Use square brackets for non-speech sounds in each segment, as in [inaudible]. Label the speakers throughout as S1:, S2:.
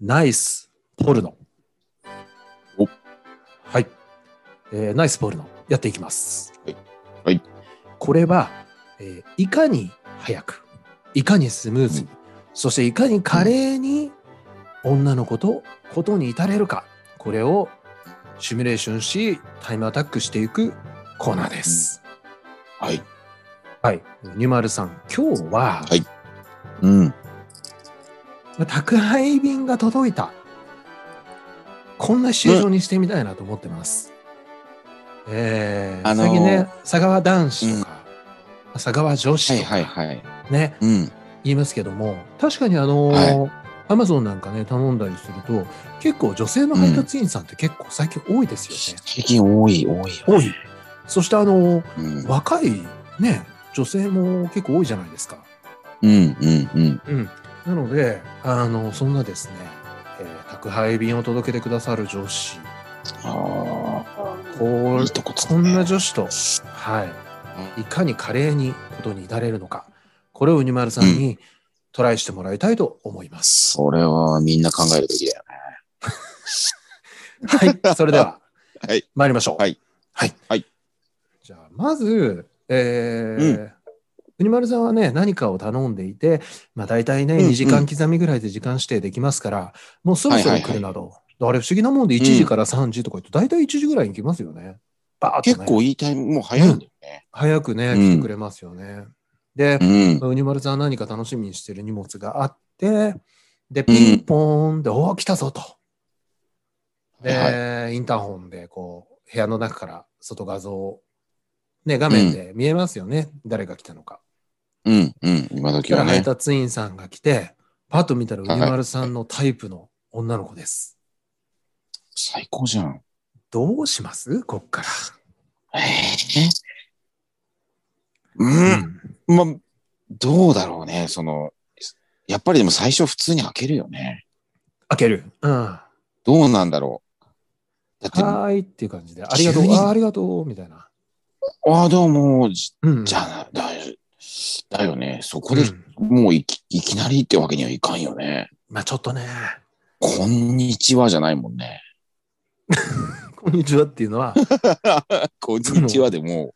S1: ナイスポルノ。
S2: お
S1: はい、えーナイスポルノ、やっていきます。
S2: はいはい
S1: これは、えーいかに早く、いかにスムーズに、そしていかに華麗に女の子とことに至れるか、これをシミュレーションし、タイムアタックしていくコーナーです。
S2: はい。
S1: はい、ニュマルさん、今日は、
S2: はいうん。
S1: 宅配便が届いた。こんなシチュエーションにしてみたいなと思ってます。えー、
S2: あのー
S1: 最近ね、佐川男子とか、佐川女子とか、
S2: はい。
S1: ね、
S2: うん。
S1: 言いますけども、確かにあのー、アマゾンなんかね、頼んだりすると、結構女性の配達員さんって結構最近多いですよね。
S2: 最近多い、多い。
S1: 多い。そしてあのー、
S2: うん。
S1: 若いね、女性も結構多いじゃないですか。
S2: うん、うん、うん。
S1: うん、なのであのそんなですね、えー宅配便を届けてくださる女子
S2: あ
S1: こ
S2: あ、いういとこつく
S1: こんな
S2: ね。
S1: 女子と、はい、いかに華麗にことに至れるのかこれをうにまるさんにトライしてもらいたいと思います。
S2: それはみんな考えるべきだよね。
S1: はい、それでは、
S2: [laughs] はい
S1: 参りましょう。
S2: はい
S1: はい
S2: はい
S1: じゃあまず、え
S2: う
S1: ーうにまるさんはね、何かを頼んでいて、まあ、大体ね、
S2: うんうん
S1: 2時間刻みぐらいで時間指定できますから、もうそろそろ来るなど、あれ不思議なもんで1時から3時とか言って、大体1時ぐらいに来ますよね。バーッとね
S2: 結構いいタイム、もう早いんだよね。
S1: 早くね、
S2: うん
S1: 来てくれますよね。で、
S2: うん。
S1: うにまるさんは何か楽しみにしてる荷物があって、で、ピンポーンで、おお、来たぞと。で、
S2: はい。
S1: インターホンで、こう、部屋の中から外画像、ね、画面で見えますよね、誰が来たのか。
S2: うん、うん。今
S1: そし
S2: 時
S1: たら
S2: は
S1: 配
S2: ね。
S1: 達員さんが来て、パッと見たら、う
S2: はい
S1: にまるさんのタイプの女の子です。
S2: 最高じゃん。
S1: どうしますこっから。
S2: ええ。うん。まあ、どうだろうね。その、やっぱりでも最初普通に開けるよね。
S1: 開ける。うん。
S2: どうなんだろう。だって、あ
S1: はーいっていう感じで、ありがとう、
S2: 急に
S1: あーありがとう、みたいな。
S2: あ、どうも、
S1: うん。
S2: じゃあ、だいだよね。そこで、
S1: うん
S2: もういきいきなりってわけにはいかんよね。
S1: まあちょっとね、
S2: こんにちはじゃないもんね。
S1: こんにちはっていうのは、
S2: こんにちはでも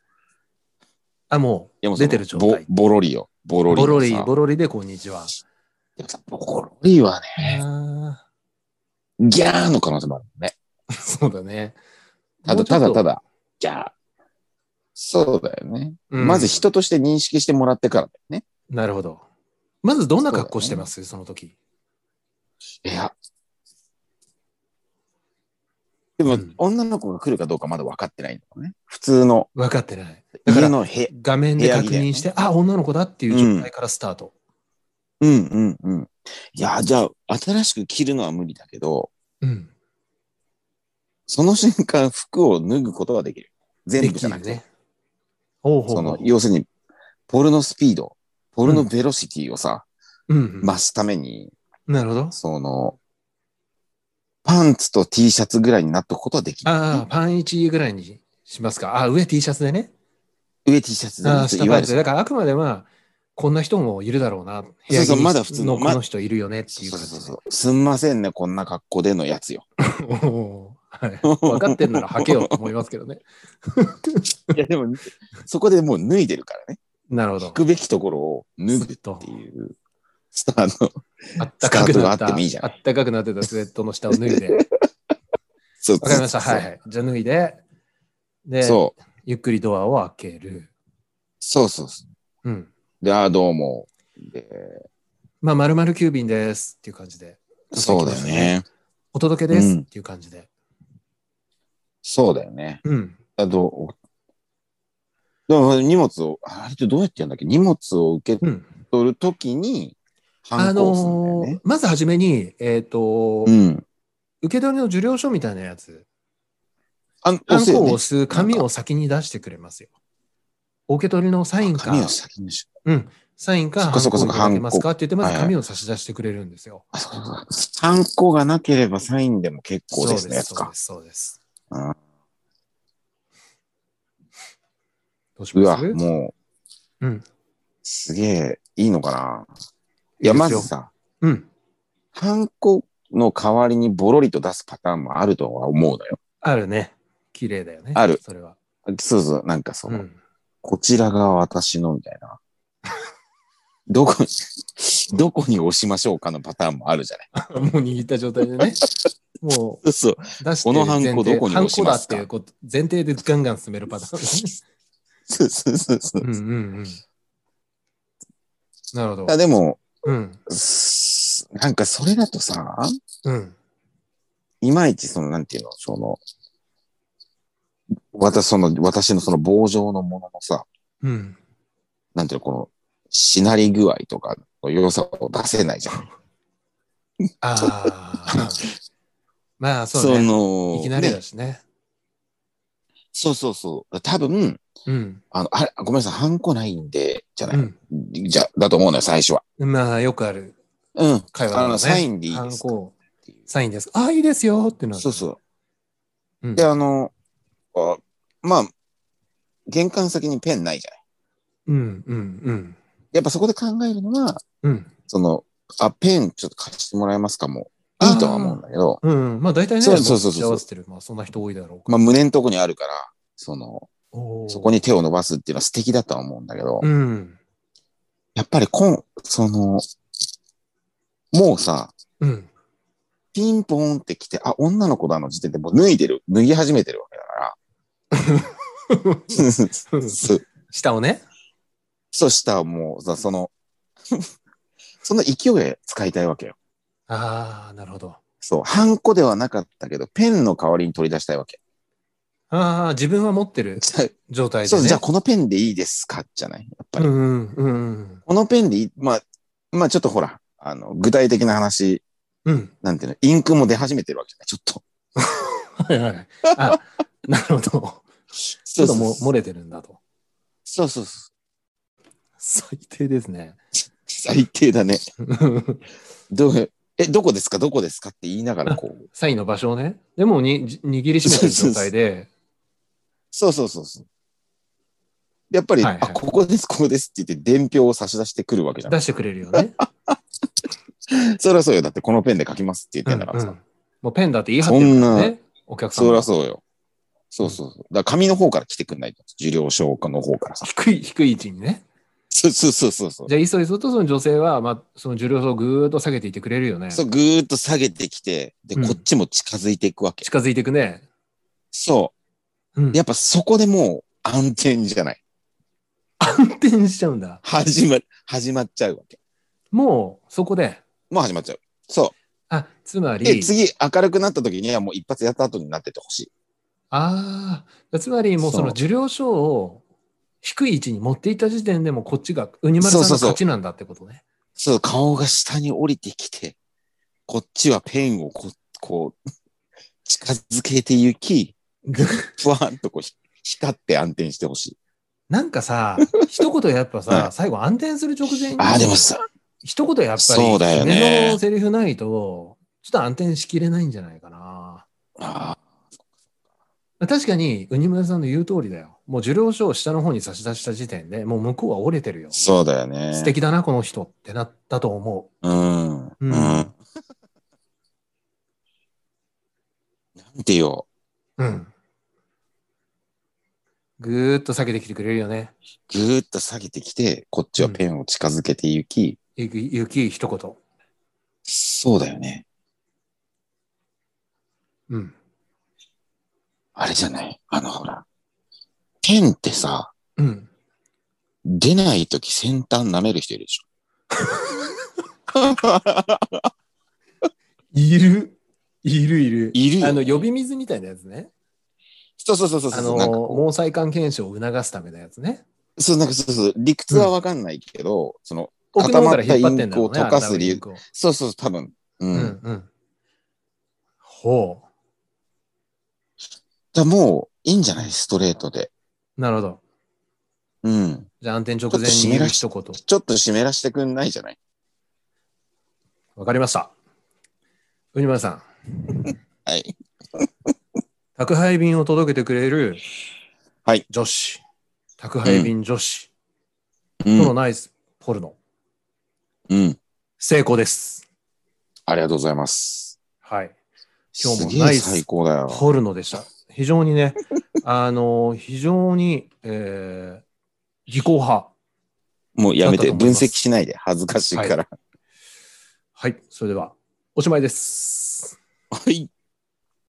S1: あ、も
S2: う、でも
S1: う出てる状態。
S2: ボボロリよ。ボロリ
S1: ボ
S2: の
S1: ロ
S2: さ。
S1: リ、ボロリでこんにちは。
S2: でもさボロリはね、
S1: あ
S2: ギャーの可能性もあるもんね。
S1: ー [laughs] そうだね。
S2: た
S1: も
S2: だ
S1: うちょ
S2: た
S1: っ
S2: だ
S1: と
S2: た、だ、ギャー。そうだよね。
S1: うん
S2: まず人として認識してもらってからだよね。
S1: なるほど。まずどんな格好してますそ,、の時。
S2: いや。でも、
S1: うん
S2: 女の子が来るかどうかまだ分かってないんだよね。普通の、
S1: 分かってない。だか
S2: 家
S1: ら
S2: の部屋。
S1: 画面で確認して、あ、女の子だっていう状態からスタート。
S2: うんうんうん。いや、じゃあ、新しく着るのは無理だけど、
S1: うん。
S2: その瞬間、服を脱ぐことはできる。
S1: で
S2: 全部じ
S1: き
S2: ゃな
S1: る
S2: くて。
S1: ね。ほうほう
S2: そ
S1: ほ
S2: の
S1: う、。
S2: 要するに、ポルノスピード、ポルノベロシティをさ、
S1: うんうん
S2: 増すために、
S1: なるほど。
S2: その、パンツと T シャツぐらいになっとくことはできる。
S1: ああ、パン1ぐらいにしますか。あ、上 T シャツでね。
S2: 上 T シャツ
S1: ああ、下
S2: い
S1: パ
S2: わ
S1: ン
S2: ゆ
S1: ツ。
S2: る
S1: だからあくまでまあ、こんな人もいるだろうな。
S2: そうそう
S1: 部屋着
S2: まだ普通の
S1: この人いるよねって
S2: そう
S1: いう
S2: そう
S1: 感
S2: そう
S1: じ
S2: そ
S1: で。
S2: う。すんませんね、こんな格好でのやつよ。
S1: [laughs] おーはい分かってんなら履けようと思いますけ
S2: [laughs]
S1: どね。
S2: いや、でも、そこでもう脱いでるからね。
S1: なるほ
S2: 行
S1: ど。
S2: くべきところを脱ぐっ
S1: ずっと
S2: ていう、スターの、
S1: あったかくなっ
S2: スカートがあって
S1: た、
S2: もいいじゃん
S1: あったかくなってたスウェットの下を脱い
S2: [laughs]
S1: で。
S2: そう
S1: わかりました。
S2: そう
S1: は
S2: そ
S1: い
S2: う
S1: はい。じゃあ脱いで、で、
S2: そう。
S1: ゆっくりドアを開ける。
S2: そうそうそ
S1: うん。
S2: う。で、ああ、どうも。で、
S1: まあ、まる急便ですっていう感じで。
S2: そうだよね。
S1: お届けですっていう感じで。
S2: そうだよね。
S1: うん。
S2: あと、おだから荷物を、ああれってどうやってやるんだっけ荷物を受け
S1: うん。
S2: 取るときに、
S1: あ
S2: 反抗するんだよ
S1: のー
S2: ね。
S1: まずはじめに、えっと
S2: う、ん。
S1: 受け取りの受領書みたいなやつ、
S2: あの、
S1: ハン
S2: 押す
S1: コ
S2: よ
S1: を
S2: ね
S1: 押す紙を先に出してくれますよ。お受け取りのサインか
S2: 紙、を先にし
S1: サインか、
S2: そっかそっかそっか
S1: ハンコをいただけますかって言って、ま
S2: はい
S1: ず
S2: はい
S1: 紙を差し出してくれるんですよ。
S2: あ、そうか反抗がなければサインでも結構ですね、やつ
S1: そう
S2: か
S1: で。す、そうです。
S2: うん
S1: どうし
S2: う
S1: ま
S2: わ、
S1: すう、
S2: もう、
S1: うん
S2: すげえ、いいのかな。いや、まず、さ、
S1: うん。
S2: 反抗の代わりにボロリと出すパターンもあるとは思うのよ。
S1: あるね。綺麗だよね。
S2: ある
S1: それは。
S2: そうそう、なんかそうの、
S1: ん。
S2: こちらが私のみたいな。 [laughs] どこに、どこに押しましょうかのパターンもあるじゃな
S1: [laughs]
S2: い。
S1: もう握った状態
S2: [laughs]
S1: でね。もう
S2: そうそう。
S1: 出して
S2: このハンコどこに押しますか
S1: ハンコだっていうこと前提でガンガン進めるパターンだね。
S2: [laughs] そうそうそうそうう。
S1: んうんうん。なるほど
S2: あ。でも、
S1: うん。
S2: すなんかそれだとさ、
S1: うん。
S2: いまいちその、なんていうの、その、私、その、私のその棒状のもののさ、
S1: うん。
S2: なんていうの、この、しなり具合とかの良さを出せないじゃん。
S1: ああ。
S2: [laughs]
S1: まあ、そうね。
S2: の
S1: いきなり
S2: ね
S1: だしね。
S2: そうそうそう。多分、
S1: うん。
S2: あの、あれ、ごめんなさい、ハンコないんで、じゃない、
S1: う
S2: じゃ、だと思うのよ、最初は。
S1: ん。まあ、よくある
S2: うん。
S1: 会話だ
S2: あ
S1: もんね。
S2: の、サインでいい
S1: ハ
S2: で
S1: ン
S2: すか
S1: コ
S2: っていう。
S1: サインです。ああ、いいですよってなる
S2: そうそう。
S1: うん
S2: で、あの、あまあ、玄関先にペンないじゃない。
S1: うんうんうん。
S2: やっぱそこで考えるのは、
S1: うん。
S2: その、あ、ペンちょっと貸してもらえますかも、いいとは思うんだけど、
S1: うん、まあ大体ね、
S2: そうそうそうそう
S1: 持ち合わせてる。まあそんな人多いだろうか
S2: まあ、胸のとこにあるから、その、
S1: ら。おー
S2: そこに手を伸ばすっていうのは素敵だとは思うんだけど、
S1: うん。
S2: やっぱりこん、その、もうさ、
S1: うん。 [laughs]
S2: ピンポーンって来て、あ、女の子だの時点でもう脱いでる、脱ぎ始めてるわけだから、そう
S1: 下をね。
S2: そしたらもうさ、その、その勢いを使いたいわけよ。
S1: ああ、なるほど。
S2: そう、ハンコではなかったけど、ペンの代わりに取り出したいわけ。
S1: ああ、自分は持ってる
S2: じゃあ
S1: 状態で、
S2: そう
S1: ね。
S2: じゃあこのペンでいいですかじゃないやっぱり。
S1: うんうんうん
S2: このペンでいい、まあ、まあちょっとほら、あの、具体的な話、
S1: うん。うん。
S2: なんていうの、インクも出始めてるわけじゃない、ちょっと。
S1: はいはい。あ、 [laughs] なるほど。ちょっとも漏れてるんだと。
S2: そうそうそう。
S1: 最低ですね。 [laughs]
S2: 最低だね。どう、え、どこですかどこですかって言いながらこう。
S1: サインの場所をね。でもにじ握りしめてる状態で。
S2: そうそうそうそう。やっぱり、
S1: はいはい
S2: あ、ここです、ここですって言って、伝票を差し出してくるわけじゃん。
S1: 出してくれるよね。
S2: そりゃそうよ。だってこのペンで書きますって言っ
S1: う
S2: て
S1: ん
S2: [laughs] んだから
S1: う
S2: さ。
S1: ん、もうペンだって言い張ってるからね。お客さん
S2: そり
S1: は
S2: ゃそうよ。そうそうそう。だから紙の方から来てくんないと。受領証の方からさ。
S1: 低い、低い位置にね。
S2: そうそうそうそうそう。
S1: じゃあ、いそいそとその女性は、まあ、その重量をぐーっと下げていってくれるよね。
S2: そう、ぐーっと下げてきて、で、
S1: うん
S2: こっちも近づいていくわけ。
S1: 近づいていくね。
S2: そ
S1: うん
S2: う。やっぱそこでもう暗転じゃない。
S1: 反転しちゃうんだ。
S2: 始ま、始まっちゃうわけ。
S1: もう、そこで。
S2: もう始まっちゃう。そ
S1: あ、つま
S2: う。で、
S1: り、
S2: 次明るくなった時にはもう一発やった後になっててほしい。
S1: ああ、つまり、もうその
S2: そう
S1: 受領証を低い位置に持っていった時点でもうこっちが、ウニマルさんの
S2: そうそうそう
S1: 勝ちなんだってことね。
S2: そう、顔が下に降りてきて、こっちはペンをここう、近づけてゆき、ふわーんとこうひ光って暗転してほしい。
S1: なんか
S2: [laughs]
S1: さ、一言やっぱ
S2: は
S1: さ、
S2: い
S1: 最後暗転する直前に、
S2: ああ、でもさ、
S1: 一言やっぱり、
S2: そうだよね
S1: 決めのセリフないと、ちょっと暗転しきれないんじゃないかな。
S2: あ
S1: 確かに、ウニムラさんの言う通りだよ。もう受領書を下の方に差し出した時点で、もう向こうは折れてるよ
S2: ー。そうだよね。
S1: 素敵だな、この人ってなったと思
S2: うん。うん。なんてよ。
S1: う。うん。ぐーっと下げてきてくれるよね。
S2: ぐーっと下げてきて、こっちはペンを近づけてゆき、
S1: ゆき、ゆき一言。
S2: そうだよね。
S1: うん。
S2: あれじゃないあの、ほら。ペンってさ、
S1: うん。
S2: 出ないとき先端舐める人いる
S1: [laughs]
S2: でしょ。
S1: いる。いるいる。
S2: いるよ
S1: あの、呼び水みたいなやつね。
S2: そうそうそうそう
S1: あ
S2: そ
S1: の
S2: う。なんかこ
S1: 毛細管検証を促すためのやつね。
S2: う、そう、なんかそうそう。理屈はわかんないけど、その、
S1: 奥の方から引っ張ってんだろうね。
S2: 固まったインクを溶かす理由
S1: あなたのインクを
S2: そうそう、多分。う。
S1: うんんうん。ほ
S2: だもう、いいんじゃないストレートで。
S1: う。なるほど。
S2: うん。
S1: じゃあ暗転直
S2: ちょっと
S1: 前
S2: 湿
S1: に
S2: らし
S1: 一言。
S2: ちょっと湿らしてくんないじゃない
S1: わかりました。ウニマルさん、
S2: はい。
S1: 宅配便を届けてくれる、
S2: はい
S1: 女子、宅配便女子
S2: う
S1: との
S2: ん。
S1: ナイスポルノ、
S2: うん。
S1: 成功です。
S2: ありがとうございます。
S1: はい。今日
S2: す
S1: も
S2: げ
S1: ナ
S2: え
S1: イス
S2: 最高だよ。
S1: 掘るのでした。非常に
S2: [laughs]
S1: ね、あの、非常に、えー、技巧派。
S2: もうやめ
S1: だ
S2: て、
S1: ったと思
S2: 分
S1: います
S2: 析しないで、恥ずかしいから。
S1: はい、それでは、おしまいです。
S2: [laughs] はい